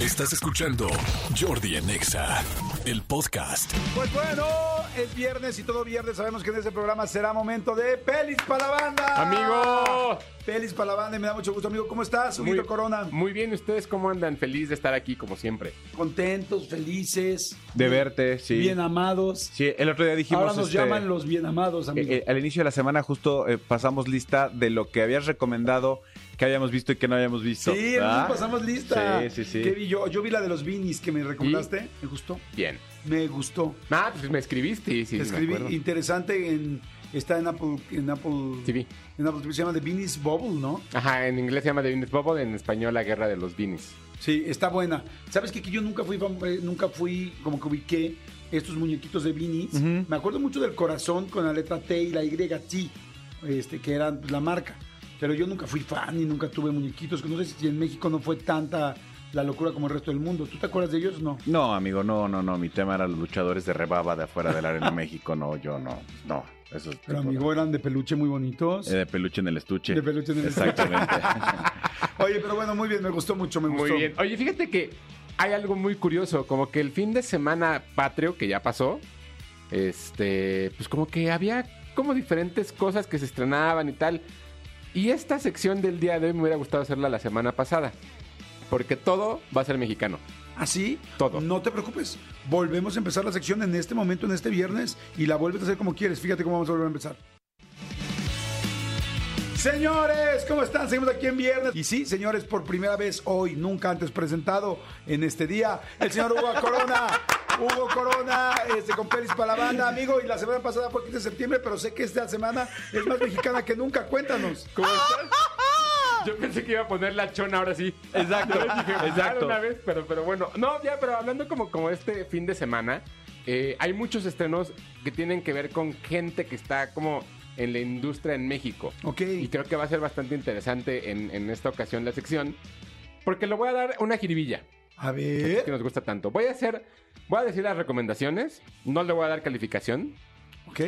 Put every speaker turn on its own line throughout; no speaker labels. Estás escuchando Jordi en EXA, el podcast.
Pues bueno, es viernes y todo viernes sabemos que en este programa será momento de pelis para la banda.
Amigo.
Pelis para la banda y me da mucho gusto, amigo. ¿Cómo estás?
Muy-
Huguito Corona.
Muy bien, ¿ustedes cómo andan? Feliz de estar aquí, como siempre.
Contentos, felices,
De verte, sí.
bien amados.
Sí, el otro día dijimos.
Ahora nos
este,
llaman los bien amados, amigo.
eh, eh, al inicio de la semana justo eh, pasamos lista de lo que habías recomendado, que habíamos visto y que no habíamos visto.
sí,
¿verdad?
nos pasamos lista.
Sí, sí, sí.
¿Qué vi yo? Yo vi la de los Vinis que me recomendaste. Me gustó.
Bien.
Me gustó.
Ah, pues me escribiste y sí,
Te
sí, me
escribí
acuerdo.
interesante en está en Apple en Apple
Sí, vi.
en Apple TV, se llama The Beanies Bubble, ¿no?
Ajá, en inglés se llama The Beanies Bubble, en español La Guerra de los Beanies.
Sí, está buena. ¿Sabes qué? Que yo nunca fui, fam- eh, nunca fui como que ubiqué estos muñequitos de Vinis.
Ujú.
Me acuerdo mucho del corazón con la letra T y la Y T, este, que eran pues, la marca. Pero yo nunca fui fan y nunca tuve muñequitos. que No sé si en México no fue tanta la locura como el resto del mundo. ¿Tú te acuerdas de ellos? No.
No, amigo, no, no, no. Mi tema era los luchadores de rebaba de afuera del Arena México. No, yo no. No. Eso es
Pero amigo, eran de peluche muy bonitos.
Eh, de peluche en el estuche.
De peluche en el estuche.
Exactamente.
Oye, pero bueno, muy bien, me gustó mucho, me gustó.
Muy bien. Oye, fíjate que hay algo muy curioso, como que el fin de semana patrio que ya pasó, este, pues como que había como diferentes cosas que se estrenaban y tal. Y esta sección del día de hoy me hubiera gustado hacerla la semana pasada, porque todo va a ser mexicano.
Así,
Todo.
No te preocupes. Volvemos a empezar la sección en este momento, en este viernes, y la vuelves a hacer como quieres. Fíjate cómo vamos a volver a empezar. Señores, ¿cómo están? Seguimos aquí en viernes. Y sí, señores, por primera vez hoy, nunca antes presentado en este día, el señor Hugo Corona. Hugo Corona, este, con pelis para la banda, amigo. Y la semana pasada fue 15 de septiembre, pero sé que esta semana es más mexicana que nunca. Cuéntanos.
¿Cómo
¡Ah!
estás? Yo pensé que iba a poner la chona ahora sí.
Exacto,
Yo dije, "Ah,
exacto.
Una vez, pero, pero bueno. No, ya, pero hablando como, como este fin de semana, eh, hay muchos estrenos que tienen que ver con gente que está como en la industria en México.
Ok.
Y creo que va a ser bastante interesante en, en esta ocasión la sección, porque le voy a dar una jiribilla
A
que
ver.
nos gusta tanto. Voy a hacer, voy a decir las recomendaciones, no le voy a dar calificación,
Ok.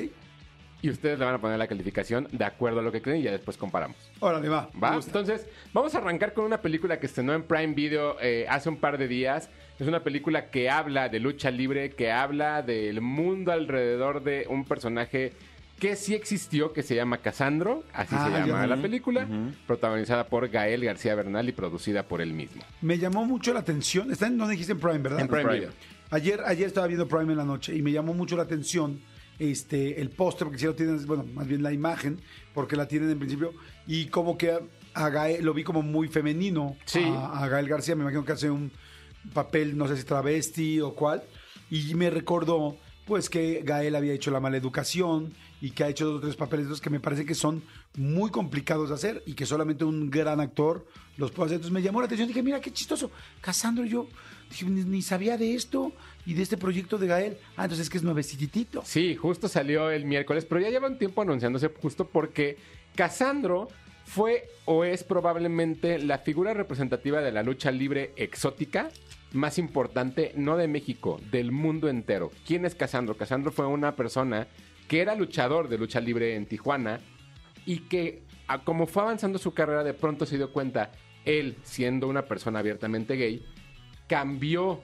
y ustedes le van a poner la calificación de acuerdo a lo que creen y ya después comparamos.
Órale, va.
¿Va?
Me gusta.
Entonces, vamos a arrancar con una película que estrenó en Prime Video eh, hace un par de días. Es una película que habla de lucha libre, que habla del mundo alrededor de un personaje que sí existió, que se llama Casandro, así
Ah,
se
ya
llama
vi.
la película, protagonizada por Gael García Bernal y producida por él mismo.
Me llamó mucho la atención. Está en, no dijiste en Prime, ¿verdad?
En Prime Video.
Ayer, ayer estaba viendo Prime en la noche y me llamó mucho la atención este, el póster, porque si lo tienen, bueno, más bien la imagen, porque la tienen en principio, y como que a, a Gael, lo vi como muy femenino
Sí.
a, a Gael García, me imagino que hace un papel, no sé si travesti o cuál, y me recordó pues que Gael había hecho la maleducación y que ha hecho dos o tres papeles dos que me parece que son muy complicados de hacer y que solamente un gran actor los puede hacer. Entonces me llamó la atención, dije, mira qué chistoso, Casandro y yo, dije, ni, ni sabía de esto y de este proyecto de Gael. Ah, entonces es que es nuevecititito.
Sí, justo salió el miércoles, pero ya lleva un tiempo anunciándose justo porque Casandro fue o es probablemente la figura representativa de la lucha libre exótica más importante, no de México, del mundo entero. ¿Quién es Casandro? Casandro fue una persona que era luchador de lucha libre en Tijuana y que a- como fue avanzando su carrera de pronto se dio cuenta, él siendo una persona abiertamente gay, cambió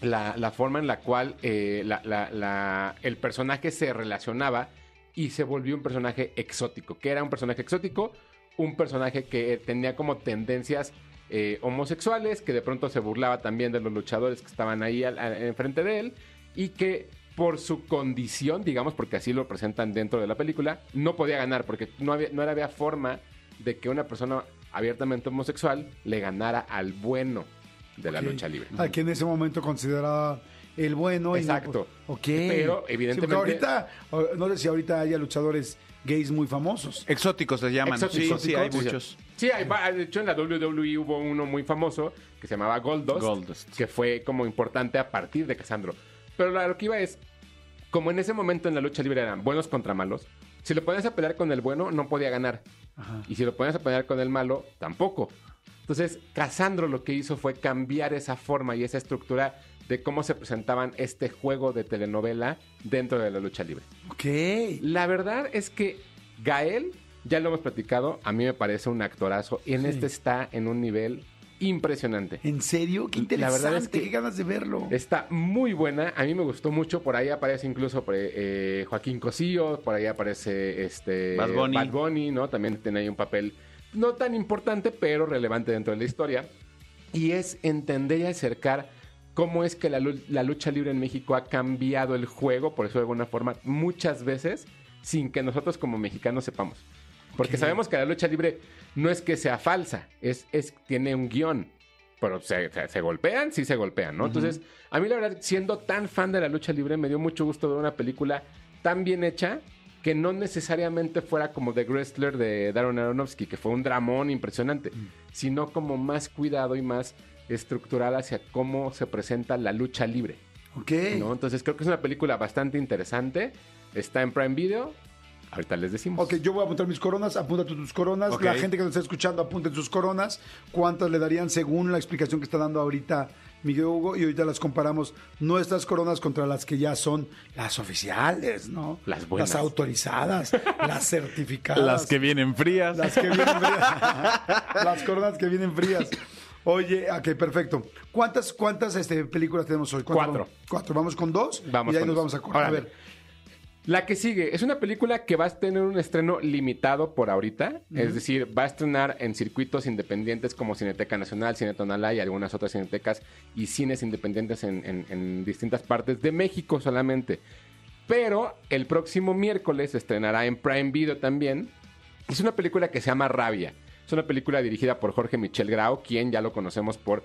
la, la forma en la cual eh, la- la- la- el personaje se relacionaba y se volvió un personaje exótico. Que era un personaje exótico, un personaje que tenía como tendencias eh, homosexuales, que de pronto se burlaba también de los luchadores que estaban ahí al- al- enfrente de él y que por su condición, digamos, porque así lo presentan dentro de la película, no podía ganar porque no había, no había forma de que una persona abiertamente homosexual le ganara al bueno de la
Ok. Ah,
lucha libre.
Al que en ese momento consideraba el bueno. y no,
Exacto.
pues, ok.
Pero,
Sí,
evidentemente-
porque ahorita, o- no sé si ahorita haya luchadores gays muy
Eh,
famosos.
Exóticos se llaman.
Exóticos.
Sí, sí, hay
Exóticos.
muchos.
Sí, hay va- de hecho en la WWE hubo uno muy famoso que se llamaba Goldust,
Goldust.
que fue como importante a partir de Casandro. Pero la- lo que iba es, como en ese momento en la lucha libre eran buenos contra malos, si lo ponías a pelear con el bueno no podía ganar.
Ajá.
Y si lo ponías a pelear con el malo, tampoco. Entonces, Casandro lo que hizo fue cambiar esa forma y esa estructura de cómo se presentaban este juego de telenovela dentro de la lucha libre.
Ok.
La verdad es que Gael, ya lo hemos platicado, a mí me parece un actorazo. Y en
Sí.
este está en un nivel impresionante.
¿En serio? Qué
La
interesante,
verdad es que-
qué ganas de verlo.
Está muy buena, a mí me gustó mucho, por ahí aparece incluso por, eh, Joaquín Cosío, por ahí aparece este
Bad Bunny.
¿no? También tiene ahí un papel no tan importante, pero relevante dentro de la historia. Y es entender y acercar cómo es que la, lu- la lucha libre en México ha cambiado el juego, por eso de alguna forma, muchas veces, sin que nosotros como mexicanos sepamos. Porque sabemos que la lucha libre no es que sea falsa, es, es tiene un guión. Pero se, se- se golpean, sí se golpean, ¿no? Entonces, a mí la verdad, siendo tan fan de la lucha libre, me dio mucho gusto ver una película tan bien hecha que no necesariamente fuera como The Wrestler de Darren Aronofsky, que fue un dramón impresionante, sino como más cuidado y más estructural hacia cómo se presenta la lucha libre.
Ok.
¿no? Entonces creo que es una película bastante interesante. Está en Prime Video. Ahorita les decimos.
Ok, yo voy a apuntar mis coronas, apunta tú tus coronas.
Ok.
La gente que nos está escuchando apunten sus coronas. ¿Cuántas le darían según la explicación que está dando ahorita Miguel Hugo? Y ahorita las comparamos nuestras coronas contra las que ya son las oficiales, ¿no?
Las buenas.
Las autorizadas, las certificadas.
Las que vienen frías.
Las que vienen frías. Las coronas que vienen frías. Oye, ok, perfecto. ¿Cuántas, cuántas este, películas tenemos hoy? ¿Cuántas
Cuatro.
vamos? Cuatro. Vamos con dos
Vamos
y ahí
con
nos
dos.
vamos a cortar. A
Órale.
ver,
La que sigue es una película que va a tener un estreno limitado por ahorita. Es decir, va a estrenar en circuitos independientes como Cineteca Nacional, Cine Tonalá y algunas otras cinetecas y cines independientes en, en- en distintas partes de México solamente. Pero el próximo miércoles se estrenará en Prime Video también. Es una película que se llama Rabia. Es una película dirigida por Jorge Michel Grau, quien ya lo conocemos por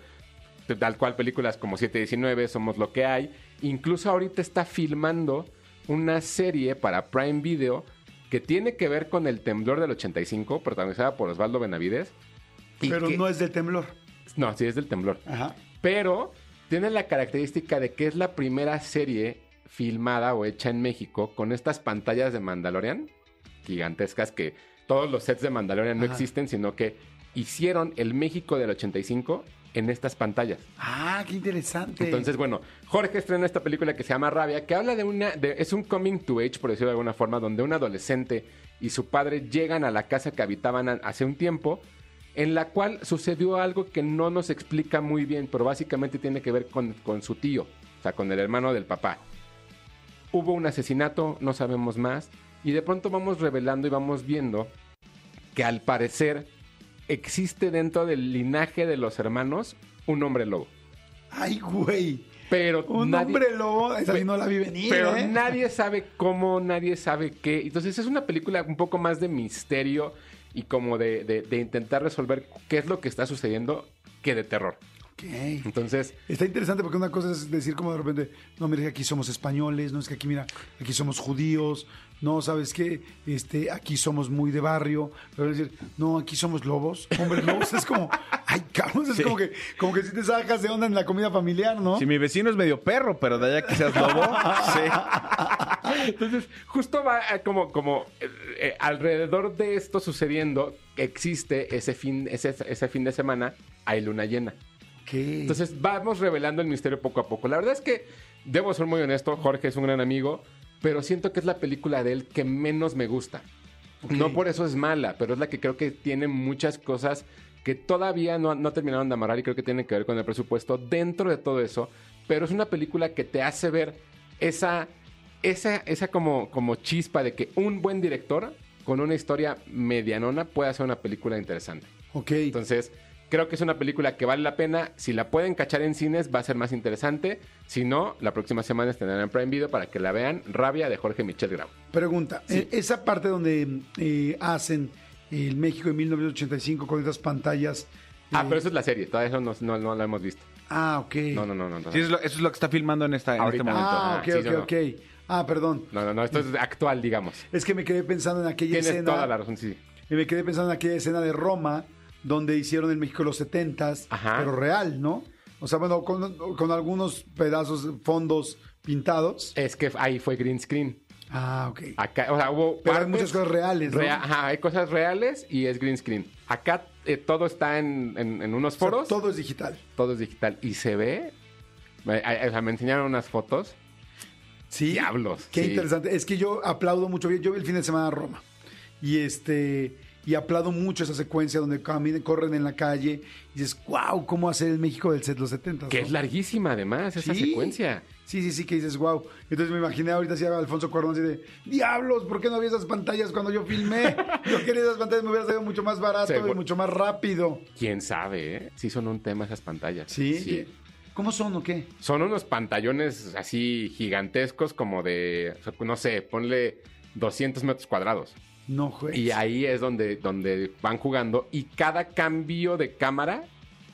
tal cual películas como 719, Somos lo que hay. Incluso ahorita está filmando una serie para Prime Video que tiene que ver con el temblor del 85, protagonizada por Osvaldo Benavides. y
pero
que-
no es del temblor.
No, sí es del temblor.
Ajá.
Pero tiene la característica de que es la primera serie filmada o hecha en México con estas pantallas de Mandalorian gigantescas que todos los sets de Mandalorian no
Ajá.
existen, sino que hicieron el México del 85 en estas pantallas.
Ah, qué interesante.
Entonces, bueno, Jorge estrena esta película que se llama Rabia, que habla de una. de- es un coming to age, por decirlo de alguna forma, donde un adolescente y su padre llegan a la casa que habitaban a- hace un tiempo, en la cual sucedió algo que no nos explica muy bien, pero básicamente tiene que ver con, con su tío, o sea, con el hermano del papá. Hubo un asesinato, no sabemos más, y de pronto vamos revelando y vamos viendo que al parecer existe dentro del linaje de los hermanos un hombre lobo.
Ay, güey.
Pero
Un
nadie,
hombre lobo, esa sí no la vi venir.
pero
¿eh?
nadie sabe cómo, nadie sabe qué. Entonces es una película un poco más de misterio y como de, de- de intentar resolver qué es lo que está sucediendo que de terror.
Ok.
Entonces,
Está interesante porque una cosa es decir como de repente, no, mira, aquí somos españoles, no es que aquí, mira, aquí somos judíos, no, ¿sabes qué? Este, aquí somos muy de barrio, pero es decir, no, aquí somos lobos, hombre, lobos, es como, ay, cabrón, es como que, como que si te sacas de onda en la comida familiar, ¿no?
Si mi vecino es medio perro, pero de allá que seas lobo, sí.
entonces justo va eh, como, como eh, eh, alrededor de esto sucediendo, existe ese fin, ese, ese fin de semana, hay luna llena.
Ok.
Entonces vamos revelando el misterio poco a poco. La verdad es que, debo ser muy honesto, Jorge es un gran amigo, pero siento que es la película de él que menos me gusta. No por eso es mala, pero es la que creo que tiene muchas cosas que todavía no, no terminaron de amarrar y creo que tienen que ver con el presupuesto dentro de todo eso. Pero es una película que te hace ver esa, esa, esa como, como chispa de que un buen director con una historia medianona puede hacer una película interesante.
ok.
Entonces, creo que es una película que vale la pena. Si la pueden cachar en cines, va a ser más interesante. Si no, la próxima semana estará en Prime Video para que la vean. Rabia de Jorge Michel Grau.
Pregunta, eh, esa parte donde eh, hacen el México en 1985 con esas pantallas...
Ah,
eh,
pero eso es la serie. Todavía eso no, no, no la hemos visto.
Ah, ok.
No, no, no, no. no.
Sí, eso, es lo, eso es lo que está filmando en, esta, en
Ahorita.
este momento.
Ah,
Ah,
ok,
sí,
ok,
yo no.
ok. Ah, perdón.
No, no, no. Esto es actual, digamos.
Es que me quedé pensando en aquella
Tienes
escena.
toda la razón, sí.
Y me quedé pensando en aquella escena de Roma, donde hicieron en México los 70s,
Ajá.
pero real, ¿no? O sea, bueno, con, con algunos pedazos, fondos pintados.
Es que ahí fue green screen.
Ah, ok.
Acá, o sea, hubo
Pero hay
partes-
muchas cosas reales, ¿no?
Rea- ajá, hay cosas reales y es green screen. Acá eh, todo está en, en- en unos
O sea,
foros.
todo es digital.
todo es digital y se ve. eh, eh, O sea, me enseñaron unas fotos.
Sí.
Diablos,
Qué
sí.
interesante. Es que yo aplaudo mucho bien. Yo vi el fin de semana a Roma. Y este. y aplaudo mucho esa secuencia donde caminan, corren en la calle y dices, wow, ¿cómo hacer el México del set los 70?
Que es larguísima, además, esa secuencia.
Sí, sí, sí, que dices, wow. Entonces me imaginé ahorita así a Alfonso Cuarón así de, diablos, ¿por qué no había esas pantallas cuando yo filmé? Yo quería esas pantallas, me hubiera salido mucho más barato
Seguro.
y mucho más rápido.
Quién sabe, ¿eh? Sí son un tema esas pantallas.
¿Sí? ¿Cómo son o qué?
Son unos pantallones así gigantescos, como de, o sea, no sé, ponle 200 metros cuadrados.
No, juez.
Y ahí es donde, donde van jugando. Y cada cambio de cámara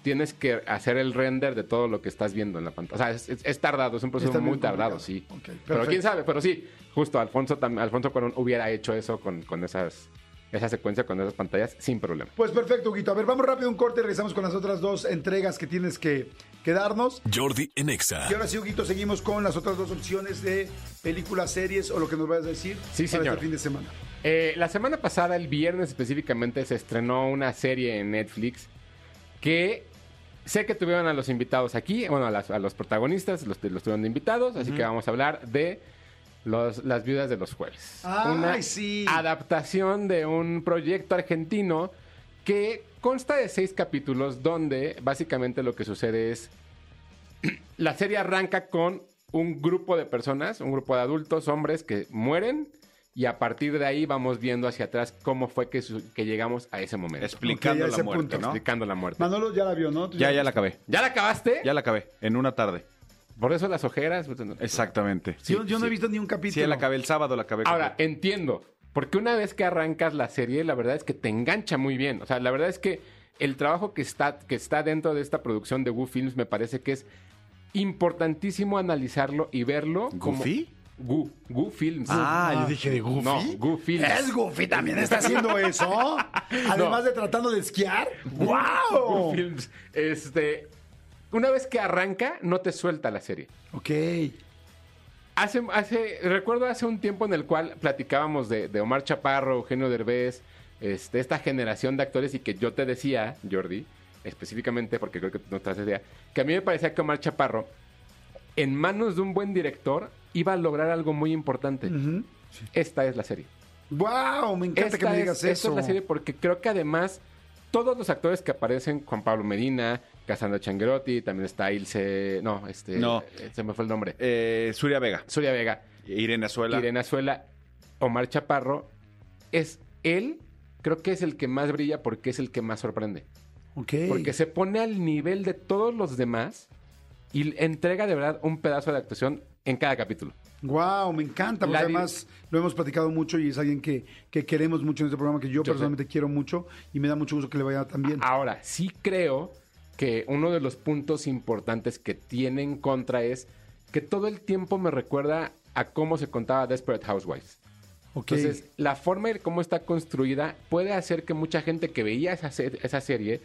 tienes que hacer el render de todo lo que estás viendo en la pantalla. O sea, es, es- es tardado, es un proceso
Está bien
muy tardado,
complicado.
sí.
Ok,
pero
perfecto.
quién sabe, pero sí, justo Alfonso, tam- Alfonso Cuarón hubiera hecho eso con, con esas, esa secuencia, con esas pantallas, sin problema.
Pues perfecto, Huguito. A ver, vamos rápido a un corte y regresamos con las otras dos entregas que tienes que, que darnos.
Jordi en Exa.
Y ahora sí, Huguito, seguimos con las otras dos opciones de películas, series o lo que nos vayas a decir
Sí,
para
señor.
este fin de semana.
Eh, la semana pasada, el viernes específicamente, se estrenó una serie en Netflix que sé que tuvieron a los invitados aquí, bueno, a, las- a los protagonistas los, los tuvieron de invitados, así que vamos a hablar de los- Las Viudas de los Jueves.
Ay,
una
sí.
adaptación de un proyecto argentino que consta de seis capítulos donde básicamente lo que sucede es la serie arranca con un grupo de personas, un grupo de adultos, hombres que mueren y a partir de ahí vamos viendo hacia atrás cómo fue que, su- que llegamos a ese momento.
Explicando
Ok, ya
la
ese
muerte,
punto.
¿no?
Explicando la muerte.
Manolo ya la vio, ¿no? Tú
Ya, ya la acabé.
¿Ya la acabaste?
Ya la acabé. En una tarde.
Por eso las ojeras. Pues,
Exactamente.
yo yo no he visto ni un
Sí,
capítulo.
la acabé el sábado, la acabé.
Ahora, entiendo. Porque una vez que arrancas la serie, la verdad es que te engancha muy bien. O sea, la verdad es que el trabajo que está, que está dentro de esta producción de Woo Films me parece que es importantísimo analizarlo y verlo. como-
¿Goofy?
Woo. Woo Films.
Ah, yo dije de Goofy.
No, Woo Films.
¿Es Goofy también está haciendo eso? Además de tratando de esquiar.
Woo
¡Wow!
Films. Este, una vez que arranca, no te suelta la serie.
Ok.
Hace, hace, recuerdo hace un tiempo en el cual platicábamos de, de Omar Chaparro, Eugenio Derbez, este, esta generación de actores y que yo te decía, Jordi, específicamente porque creo que no te haces idea, que a mí me parecía que Omar Chaparro, en manos de un buen director, iba a lograr algo muy importante.
Ujú.
Esta es la serie.
¡Wow! Mm. Me encanta que
Esta
me
es-
digas
Esta
eso.
es la serie porque creo que además todos los actores que aparecen, Juan Pablo Medina, Casandra Changuerotti, también está Ilse, no, este,
No.
se me fue el nombre,
Eh, Suria Vega.
Soria Vega.
Irene Azuela.
Irene Azuela, Omar Chaparro, es él, creo que es el que más brilla porque es el que más sorprende.
Ok.
Porque se pone al nivel de todos los demás y entrega de verdad un pedazo de actuación en cada capítulo.
Wow, me encanta, porque
La di-
además lo hemos platicado mucho y es alguien que, que queremos mucho en este programa, que yo,
sé. Ah,
personalmente quiero mucho y me da mucho gusto que le vaya tan bien.
Ahora, sí creo que uno de los puntos importantes que tiene en contra es que todo el tiempo me recuerda a cómo se contaba Desperate Housewives.
ok.
Entonces, la forma en cómo está construida puede hacer que mucha gente que veía esa, se- esa serie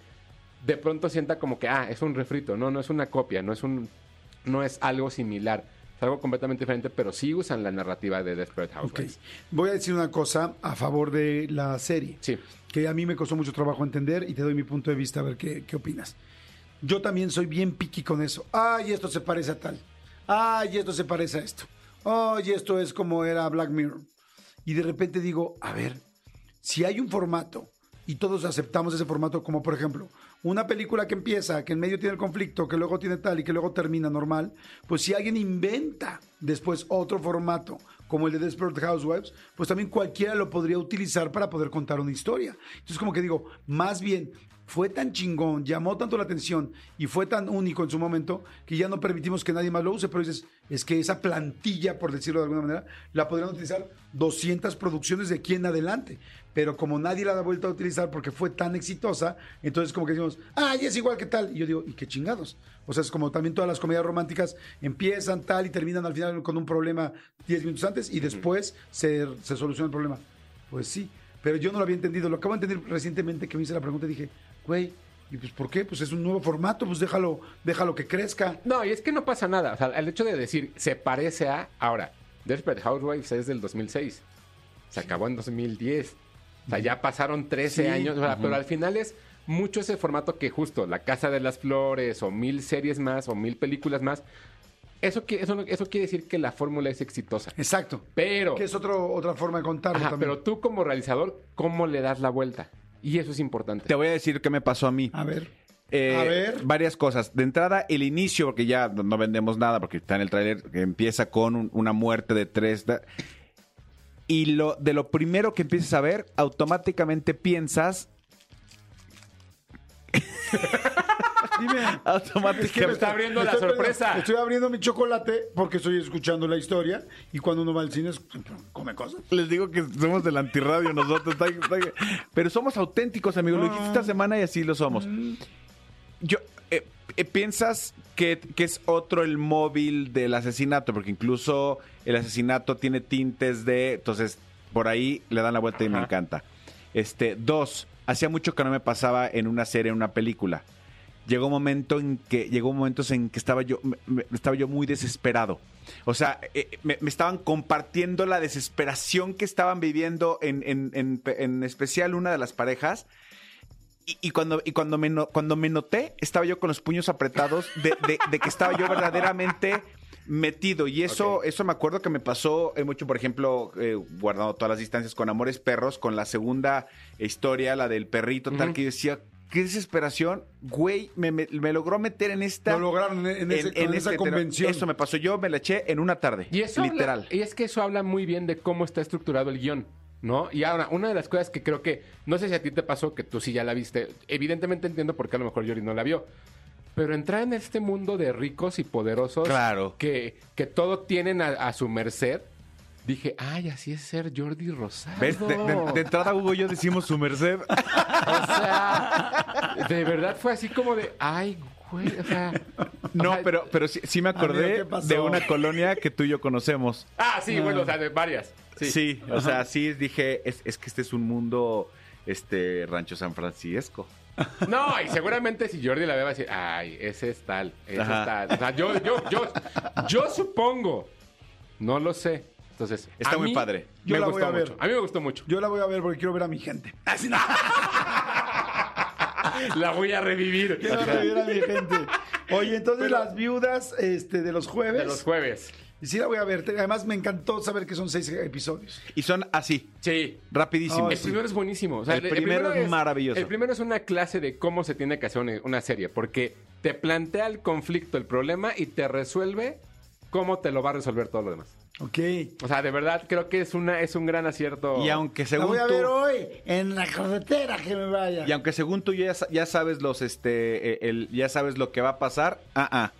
de pronto sienta como que, ah, es un refrito. No, no es una copia, no es, un, no es algo similar. Es algo completamente diferente, pero sí usan la narrativa de Desperate
ok.
Housewives.
Voy a decir una cosa a favor de la serie.
Sí.
que a mí me costó mucho trabajo entender y te doy mi punto de vista a ver qué, qué opinas. Yo también soy bien piqui con eso. Ay, esto se parece a tal. Ay, esto se parece a esto. Ay, esto es como era Black Mirror. Y de repente digo, a ver, si hay un formato y todos aceptamos ese formato como por ejemplo una película que empieza, que en medio tiene el conflicto, que luego tiene tal y que luego termina normal, pues si alguien inventa después otro formato como el de Desperate Housewives, pues también cualquiera lo podría utilizar para poder contar una historia. Entonces como que digo, más bien fue tan chingón, llamó tanto la atención y fue tan único en su momento que ya no permitimos que nadie más lo use, pero dices, es que esa plantilla, por decirlo de alguna manera, la podrían utilizar 200 producciones de aquí en adelante, pero como nadie la ha vuelto a utilizar porque fue tan exitosa, entonces como que decimos, ay, es igual que tal, y yo digo, y qué chingados. O sea, es como también todas las comedias románticas empiezan tal y terminan al final con un problema 10 minutos antes y después se, se soluciona el problema. Pues sí, pero yo no lo había entendido. Lo acabo de entender recientemente que me hice la pregunta y dije, güey, ¿y pues por qué? Pues es un nuevo formato, pues déjalo, déjalo que crezca.
No, y es que no pasa nada. O sea, el hecho de decir se parece a. Ahora, Desperate Housewives es del 2006. Se acabó en 2010. O sea, ya pasaron 13
Sí.
años. o sea, Pero al final es mucho ese formato que justo La Casa de las Flores o mil series más o mil películas más Eso, qui- eso, no- eso quiere decir que la fórmula es exitosa.
Exacto.
Pero,
Que es otro, otra forma de contarlo
ajá,
también.
pero tú como realizador, ¿cómo le das la vuelta? Y eso es importante.
Te voy a decir qué me pasó a mí.
A ver.
Eh,
A ver.
Varias cosas. De entrada, el inicio, porque ya no no vendemos nada, porque está en el tráiler, que empieza con un- una muerte de tres. da- Y lo, de lo primero que empiezas a ver, automáticamente piensas.
Dime.
Automáticamente.
está abriendo la
estoy-
sorpresa.
Estoy abriendo mi chocolate porque estoy escuchando la historia y cuando uno va al cine es- come cosas.
Les digo que somos del antirradio nosotros. está- está- pero somos auténticos, amigos. Lo dijiste esta semana y así lo somos. Yo, eh, eh, ¿Piensas que, que es otro el móvil del asesinato? Porque incluso el asesinato tiene tintes de... Entonces, por ahí le dan la vuelta y me
Ajá.
encanta. Este, dos, hacía mucho que no me pasaba en una serie, en una película. Llegó un momento en que llegó momentos en que estaba yo me- me- estaba yo muy desesperado. O sea, eh, me, me estaban compartiendo la desesperación que estaban viviendo en, en- en- en especial una de las parejas. Y, y cuando, y cuando, me, no- cuando me noté, estaba yo con los puños apretados de, de- de que estaba yo verdaderamente metido. Y eso, eso me acuerdo que me pasó eh, mucho, por ejemplo, eh, guardando todas las distancias con Amores Perros, con la segunda historia, la del perrito, tal,
Ujú.
que yo decía, qué desesperación, güey, me, me- me logró meter en esta...
Lo lograron en, en ese-
en- en
con esa
este-
convención.
Eso me pasó, yo me la eché en una tarde.
Y eso habla-
literal.
y es que eso habla muy bien de cómo está estructurado el guión, ¿no? Y ahora, una de las cosas que creo que, no sé si a ti te pasó, que tú sí ya la viste, evidentemente entiendo por qué a lo mejor Yori no la vio, pero entrar en este mundo de ricos y poderosos
Claro.
que, que todo tienen a, a su merced, dije, ay, así es ser Jordi Rosado.
¿Ves? De, de- de entrada, Hugo y yo decimos su merced.
O sea, de verdad fue así como de, ay, güey, o sea... o
No,
sea,
pero, pero sí, sí me acordé
Amigo, ¿qué pasó?
de una colonia que tú y yo conocemos.
Ah, sí, bueno, o sea, de varias.
Sí, o sea, sí dije, es, es que este es un mundo, este, Rancho San Francisco.
No, y seguramente si Jordi la ve va a decir, ay, ese es tal, ese
Ajá.
es tal. O sea, yo, yo, yo, yo supongo. No lo sé. Entonces,
Está
a
muy
mí-
padre.
Yo
me
la
gustó
voy a ver.
mucho. A mí me gustó mucho.
Yo la voy a ver porque quiero ver a mi gente. Así no.
La voy a revivir.
Quiero ver a mi gente. Oye, entonces las viudas este, de los jueves.
De los jueves.
Sí la voy a ver. Te- Además me encantó saber que son seis episodios.
Y son así,
Sí.
rapidísimo.
Ay,
El primero es buenísimo. O sea,
El primero es maravilloso.
El primero es una clase de cómo se tiene que hacer una- una serie, porque te plantea el conflicto, el problema y te resuelve cómo te lo va a resolver todo lo demás.
Ok.
O sea, de verdad creo que es una es un gran acierto.
Y aunque
La
según
voy a
tú,
ver hoy en la carretera que me vaya.
y aunque según tú ya, sa- ya sabes los, este, eh, el, ya sabes lo que va a pasar, ah, ah.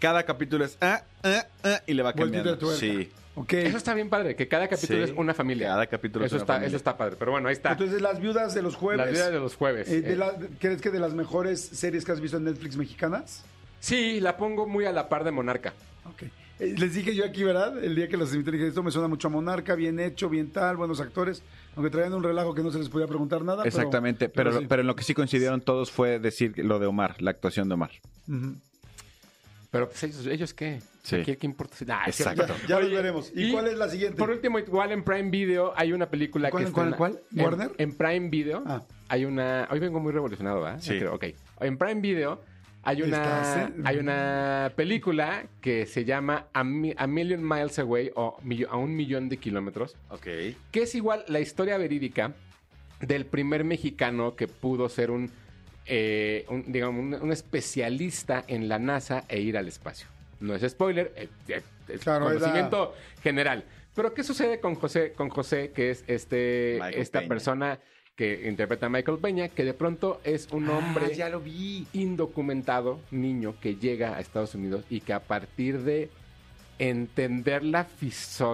Cada capítulo es ah, ah, ah, y le va
Vueltita de
cambiando.
tuerca.
Sí.
Ok.
Eso está bien padre, que cada capítulo
Sí.
es una familia.
Cada capítulo es
eso
una
está,
familia.
Eso está padre. Pero bueno, ahí está.
Entonces las viudas de los jueves.
la vida de los jueves.
Eh, de
Eh,
la- ¿Crees que de las mejores series que has visto en Netflix mexicanas?
Sí, la pongo muy a la par de Monarca.
Ok. Eh, Les dije yo aquí, ¿verdad? El día que los invité, les dije, esto me suena mucho a Monarca, bien hecho, bien tal, buenos actores, aunque traían un relajo que no se les podía preguntar nada. Ah, pero-
Exactamente, pero,
sí.
pero, en lo que sí coincidieron todos fue decir lo de Omar, la actuación de Omar.
Ujú.
Pero pues ellos, ¿ellos qué?
Sí.
¿Qué, qué importa? Nah, es
Exacto.
cierto.
Ya lo veremos. ¿Y cuál es la siguiente?
Por último, igual en Prime Video hay una película
¿Cuál,
que
cuál,
está en-
cuál?
en-
¿Warner?
En, Prime Video
Ah.
hay una... Hoy vengo muy revolucionado, ¿verdad?
Sí.
Creo, ok. En Prime Video hay
Estás,
una,
eh.
hay una película que se llama A, Mi- A Million Miles Away o Millo- A Un Millón de Kilómetros.
Ok.
que es igual la historia verídica del primer mexicano que pudo ser un, eh, un, digamos, un, un especialista en la NASA e ir al espacio. No es spoiler, eh, eh, es
Claro, es la-
conocimiento general. Pero ¿qué sucede con José, con José que es este,
Michael
esta
Peña.
persona que interpreta a Michael Peña, que de pronto es un
Ah,
hombre Ah,
lo vi.
indocumentado niño que llega a Estados Unidos y que a partir de entender la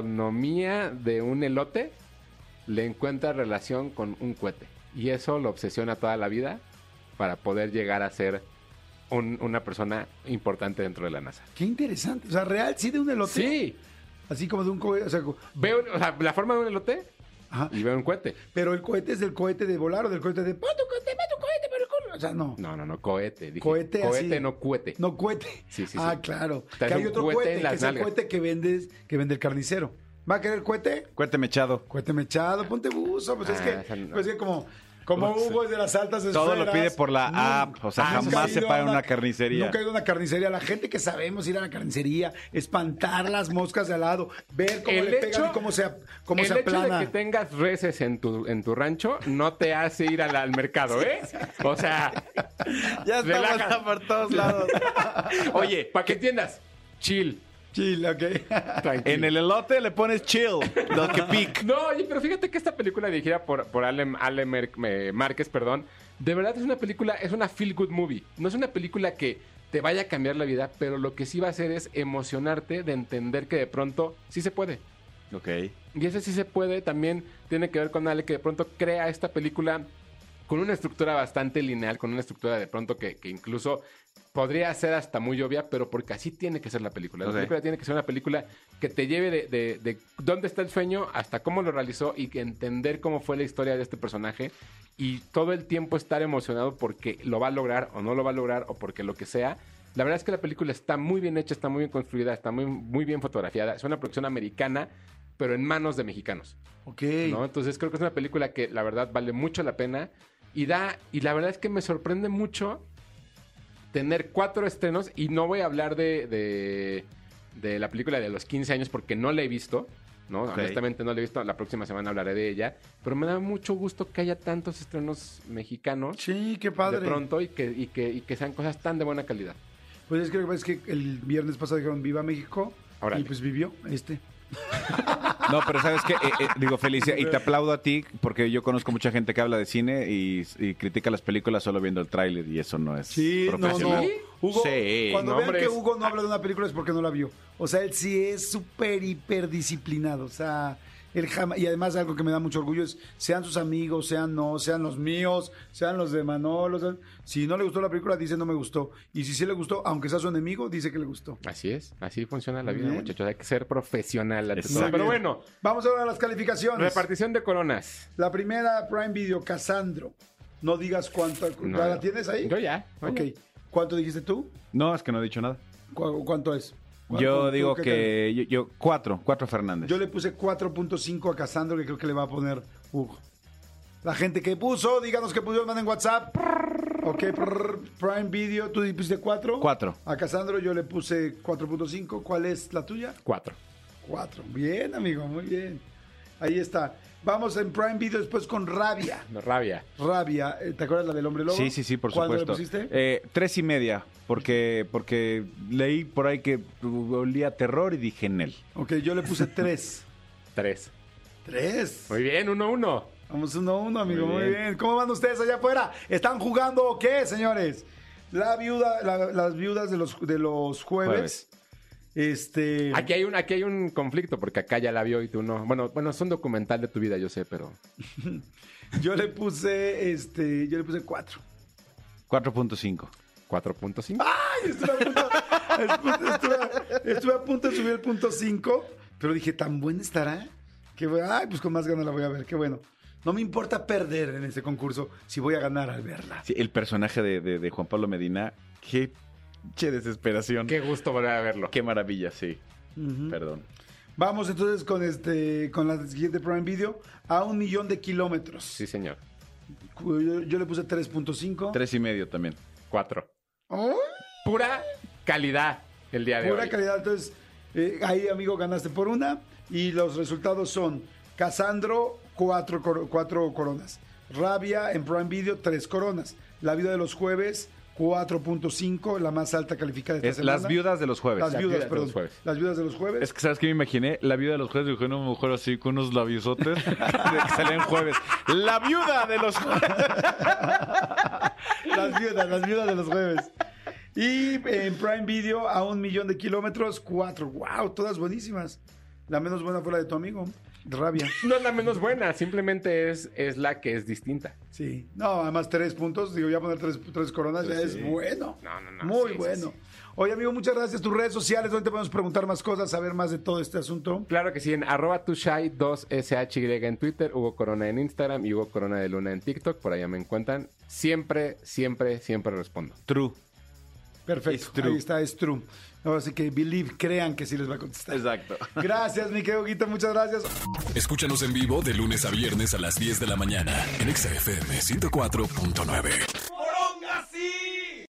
fisonomía de un elote, le encuentra relación con un cohete. Y eso lo obsesiona toda la vida para poder llegar a ser un- una persona importante dentro de la NASA.
Qué interesante. O sea, real, sí de un elote.
Sí,
Así como de un cohete. o sea, co-
veo o sea, la forma de un elote
ajá.
y veo un cohete.
Pero el cohete es del cohete de volar o del cohete de. ¡Pon tu cohete, pon tu cohete, por el culo! O sea, no. No,
No, no, no, cohete. Dije,
Cohete así.
no cohete.
cohete.
Sí, sí, sí.
Ah, claro.
Traes
que hay
un
otro
cohete
cohete,
en
que
las
es el
nalgas.
cohete que vendes, que vende el carnicero. ¿Va a querer cohete?
Cuénteme, Chado.
Cohete mechado, ponte buzo. Pues es
Ah,
que,
esa no.
pues es que como Como Hugo es de las altas esferas.
Todo lo pide por la app, o sea,
nunca
jamás
he
se
ido
para
a
en una carnicería.
Nunca he ido a una carnicería. La gente que sabemos ir a la carnicería, espantar las moscas de al lado, ver cómo
El
le pegan
hecho-
y cómo se, cómo
el
se
hecho
aplana.
de que tengas reses en tu, en tu rancho no te hace ir al, al mercado, ¿eh? O sea,
Ya
Relaja.
estamos por todos lados. Oye,
para que entiendas, chill.
Chile, ok.
Tranquilo.
en el elote le pones chill, lo que pic.
No, oye, pero fíjate que esta película dirigida por, por Ale, Ale Mer- eh, Márquez, perdón, de verdad es una película, es una feel good movie. No es una película que te vaya a cambiar la vida, pero lo que sí va a hacer es emocionarte de entender que de pronto sí se puede.
Ok.
Y ese sí se puede también tiene que ver con Ale, que de pronto crea esta película con una estructura bastante lineal, con una estructura de pronto que, que incluso podría ser hasta muy obvia, pero porque así tiene que ser la película. La
Ok.
película tiene que ser una película que te lleve de, de- de dónde está el sueño hasta cómo lo realizó y que entender cómo fue la historia de este personaje y todo el tiempo estar emocionado porque lo va a lograr o no lo va a lograr o porque lo que sea. La verdad es que la película está muy bien hecha, está muy bien construida, está muy, muy bien fotografiada. Es una producción americana, pero en manos de mexicanos.
Ok.
¿no? Entonces creo que es una película que la verdad vale mucho la pena y da y la verdad es que me sorprende mucho tener cuatro estrenos y no voy a hablar de de, de la película de los 15 años porque no la he visto. No,
Ok.
honestamente no la he visto, la próxima semana hablaré de ella, pero me da mucho gusto que haya tantos estrenos mexicanos
Sí, qué
de
padre.
pronto y que, y, que, y que sean cosas tan de buena calidad.
Pues es que, es que el viernes pasado dijeron Viva México.
Órale.
Y pues vivió este.
No, pero sabes que, eh, digo, Felicia, y te aplaudo a ti porque yo conozco mucha gente que habla de cine y, y critica las películas solo viendo el tráiler y eso no es
Sí, no, no.
profesional.
Hugo,
Sí,
cuando
no,
vean
hombre,
que
es-
Hugo no habla de una película es porque no la vio. O sea, él sí es súper, hiper disciplinado. O sea, él jamás. Y además, algo que me da mucho orgullo es: sean sus amigos, sean no, sean los míos, sean los de Manolo. sean- Si no le gustó la película, dice no me gustó. Y si sí le gustó, aunque sea su enemigo, dice que le gustó.
Así es, así funciona la
Muy
vida,
bien.
muchachos. Hay que ser profesional. ante todo.
Exacto.
Pero
Muy bien.
bueno,
Vamos ahora a las calificaciones.
repartición de coronas.
La primera, Prime Video, Casandro. No digas cuánto.
No,
¿La
no.
tienes ahí?
Yo ya. yo
Ok.
ya.
¿Cuánto dijiste tú?
No, es que no he dicho nada.
¿Cu- ¿Cuánto es? ¿Cuánto-
Yo
tú
digo
qué
que yo, yo- cuatro, cuatro Fernández.
Yo le puse 4.5 a Casandro, que creo que le va a poner Hugo. La gente que puso, díganos que puso, manden WhatsApp. Ok, prr, Prime Video, tú pusiste 4.
Cuatro.
A Casandro yo le puse 4.5. ¿Cuál es la tuya?
Cuatro.
4. Bien, amigo, muy bien. Ahí está. Vamos en Prime Video después con Rabia.
No, Rabia.
Rabia, eh, ¿te acuerdas la del hombre lobo?
Sí, sí, sí, por supuesto.
¿Cuánto le pusiste?
Eh, tres y media, porque, porque leí por ahí que olía a terror y dije en él.
Ok, yo le puse 3.
Tres.
3.
Muy bien, uno, uno.
Vamos uno a uno, amigo.
Muy
Muy bien.
bien.
¿Cómo van ustedes allá afuera? ¿Están jugando o qué, señores? La viuda, la- las viudas de los, de los jueves. Este.
Aquí hay un, aquí hay un conflicto, porque acá ya la vio y tú no. Bueno, bueno, es un documental de tu vida, yo sé, pero.
Yo le puse. Este. Yo le puse cuatro.
4.5.
4.5.
Ay, estuve a punto, estuve- estuve- estuve a punto de subir el punto cinco. Pero dije, tan buena estará. Que voy- ay, pues con más ganas la voy a ver. Qué bueno. No me importa perder en este concurso si voy a ganar al verla.
Sí, el personaje de, de- de Juan Pablo Medina, qué che desesperación.
Qué gusto volver a verlo.
Qué maravilla, sí.
Ujú.
Perdón.
Vamos entonces con este con la siguiente Prime Video a un millón de kilómetros.
Sí, señor.
Yo, yo le puse 3.5.
Tres y medio también.
Cuatro.
¡Ay!
Pura calidad el día de
Oh. Pura
hoy.
calidad. Entonces, eh, ahí, amigo, ganaste por una. Y los resultados son Casandro, cuatro, cor- cuatro coronas. Rabia en Prime Video, tres coronas. La vida de los jueves, 4.5, la más alta calificada de esta
Es Las
semana.
viudas de los jueves.
Las
Las
viudas,
viudas de
perdón.
los jueves.
Las viudas de los jueves.
Es que, ¿sabes qué me imaginé? La viuda de los jueves, dije, una mujer así con unos labiosotes. que salían jueves. ¡La viuda de los jueves!
Las viudas, las viudas de los jueves. Y eh, en Prime Video a un millón de kilómetros, cuatro. ¡Wow! Todas buenísimas. La menos buena fue la de tu amigo. Rabia.
No es la menos buena, simplemente es, es la que es distinta.
Sí. No, además tres puntos. Digo, ya poner tres, tres coronas ya es bueno.
No, no, no,
Muy
sí, sí,
bueno. Oye, amigo, muchas gracias. Tus redes sociales, donde te podemos preguntar más cosas, saber más de todo este asunto.
Claro que sí, en arroba tushai 2SHY en Twitter, Hugo Corona en Instagram y Hugo Corona de Luna en TikTok, por allá me encuentran. Siempre, siempre, siempre respondo.
True.
Perfecto.
It's true.
Ahí está, es true. Así que believe, crean que sí les va a contestar.
Exacto.
Gracias, mi querido Guita, muchas gracias.
Escúchanos en vivo de lunes a viernes a las 10 de la mañana en Exa FM 104.9.